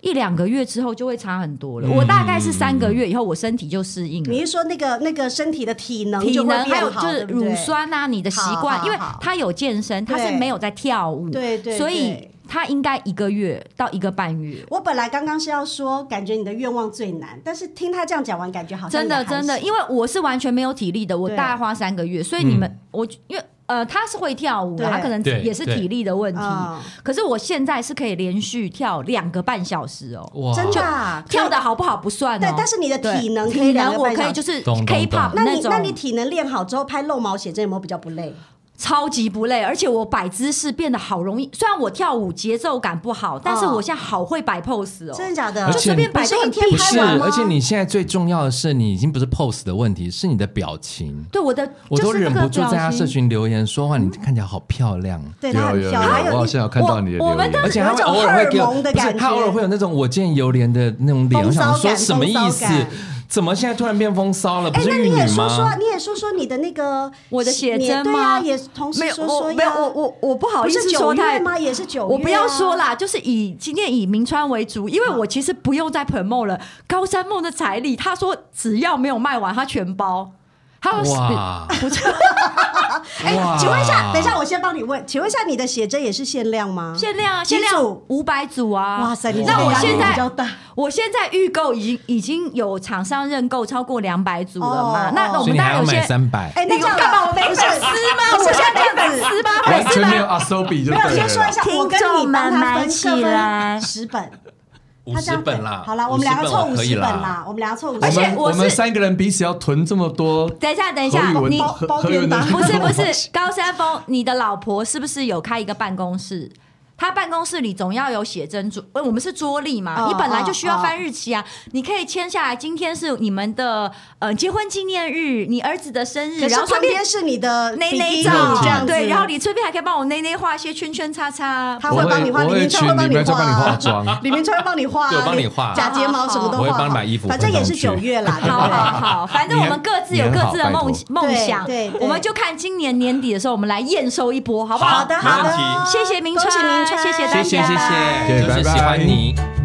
E: 一两个月之后就会差很多
C: 嗯
E: 了。我大概是三个月以后，我身体就适应
C: 你
E: 了。
C: 是说那个那个身体的体能
E: 体
C: 就会
E: 能还有
C: 变
E: 就
C: 好，
E: 是
C: 对不对
E: 乳，酸啊，你的习
C: 好
E: 惯，
C: 好
E: 因为
C: 好
E: 他有健身，他是
C: 对
E: 没有在跳舞，
C: 对对，
E: 所以
C: 对。
E: 他应该一个月到一个半月。
C: 我本来刚刚是要说，感觉你的愿望最难，但是听他这样讲完，感觉好像
E: 真的
C: 也还
E: 真的，
C: 行
E: 因为我是完全没有体力的，我
C: 对
E: 大概花三个月，所以你们、我因为呃他是会跳舞
C: 对
E: 啦，他可能
F: 嗯对
E: 也是体力的问题，
C: 嗯
E: 可是我现在是可以连续跳两个半小时哦。
F: 哇，
C: 真的啊
E: 跳的好不好不算哦，
C: 对但是你的体能
E: 对
C: 可以
E: 体
C: 两
E: 能
C: 个
E: 我
C: 半小
E: 可
C: 时
E: 以就是
F: 懂懂懂
E: K-pop
C: 那你
E: 种，
C: 那你体能练好之后拍露毛写真有没有比较不累？
E: 超级不累，而且我摆姿势变得好容易。虽然我跳舞节奏感不好，但是
C: 哦
E: 我现在好会摆 pose 哦，
C: 真的假的？
F: 而
E: 就
F: 且
E: 随便摆
C: 不是
E: 都很
C: 一天
E: 必
F: 不
C: 拍
F: 是，
C: 完吗
F: 而且你现在最重要的是，你已经不是 pose 的问题，是你的表情。
E: 对我的
F: 我都
E: 就是
F: 忍
E: 这个
F: 不住在他
E: 表情
F: 社群留言说：“哇，你看起来好漂亮。”
C: 对他
D: 有
C: 很
D: 有有，
C: 漂亮，还
D: 啊我
C: 有
D: 好
C: 一
D: 像有看到你的
E: 我我
D: 留言
E: 们的
F: 而。且他会偶尔会给
C: 有一种荷尔蒙
F: 我，
C: 的
F: 不
C: 感
F: 是
C: 觉
F: 他偶尔会有那种我见犹怜的那种脸，我
C: 风骚感
F: 想说什么意
C: 风
F: 思
C: 骚感？
F: 怎么现在突然变风骚了？不
C: 哎，
F: 是
C: 那
F: 玉
C: 你也
F: 女
C: 说说
F: 吗，？
C: 你也说说你的那个
E: 我的写真
C: 你对啊，
E: 吗
C: 也同时
E: 没有
C: 说
E: 我
C: 说
E: 没有
C: 呀。
E: 我我我不好
C: 不
E: 意
C: 是
E: 思
C: 九
E: 说
C: 月
E: 太
C: 吗？也是九月啊，
E: 我不要说啦，就是以今天以明川为主，因为我其实不用再 promo 了。高山梦的彩礼，他说只要没有卖完，他全包。他说
F: 哇，
E: 不是
C: 哎，
F: 哇
C: 请问一下，等一下，我先帮你问，请问一下，你的写真也是限量吗？
E: 限量啊，
C: 几
E: 限量
C: 组
E: 五百组啊！
C: 哇塞，你
E: 那我
C: 压力
E: 现
C: 比较
E: 在
C: 大，
E: 我现在预购已经已经有厂商认购超过两百组了
C: 哦
E: 嘛？那我
F: 所
E: 们
F: 以你
E: 当
F: 还
E: 然
F: 要
E: 有些
F: 买三百？
C: 哎，那
E: 你
C: 这样
E: 干嘛？我没
C: 不
E: 粉
C: 是
E: 丝吗？我现在没粉丝吗？
D: 完
E: 粉丝
D: 全没有
E: 吗？
D: 阿 s o b 就对
C: 没有，先说一
D: 了。
C: 下，我跟你帮他分
E: 听众们买起来
C: 十本，
F: 五
C: 他这
F: 十
C: 样
F: 本啦，
C: 好啦，我们两个
F: 50本
C: 凑
F: 我
C: 五
F: 可以
C: 十本
F: 啦。
C: 啦，我们两个凑五十
D: 我
E: 而
C: 本，
E: 且
D: 们
E: 我
D: 我
E: 是
D: 们三个人彼此要囤这么多
E: 等一下，等一
D: 何
E: 下
D: 宇，文
E: 你
D: 的
C: 包
D: 何
C: 包
D: 何宇文
C: 便
D: 的
C: 当
E: 不是不
D: 东西
E: 是，高山峰，你的老婆是不是有开一个办公室？他办公室里总要有写真桌，呃我们是桌历嘛，
C: 哦
E: 你本来就需要
C: 哦
E: 翻日期啊，你可以签下来，今天是你们的呃结婚纪念日，你儿子的生日，
C: 可是
E: 然后
C: 旁
E: 顺便
C: 边是你的
E: 内内
C: bikini
E: 照
C: 这样子，
E: 对，然后你顺便还可以帮我内内画一些圈圈叉啊叉，
C: 他会帮你画，
D: 我
C: 李
D: 会
C: 明川
D: 我
C: 会
D: 会
C: 帮你
D: 去里面再帮你
C: 画
D: 化 妆
C: 李明川会帮你画，
F: 对我帮你画
C: 假睫毛什么都画好，
F: 我会帮你把衣服
C: 反正也是
F: 换上
C: 九
F: 去
C: 月啦，对不
E: 好
C: 对？
E: 好 好，反正我们各自有各自的梦梦想，
C: 对对对
E: 我们就看今年年底的时候，我们来验收一波，好不
C: 好的，好
F: 没问
C: 的
F: 题，
E: 谢谢明
C: 恭喜
E: 川
C: 明川
E: 谢谢大家
F: 谢谢
E: 拜
F: 谢谢，
D: 对
F: 就是
D: 拜拜
F: 喜欢你。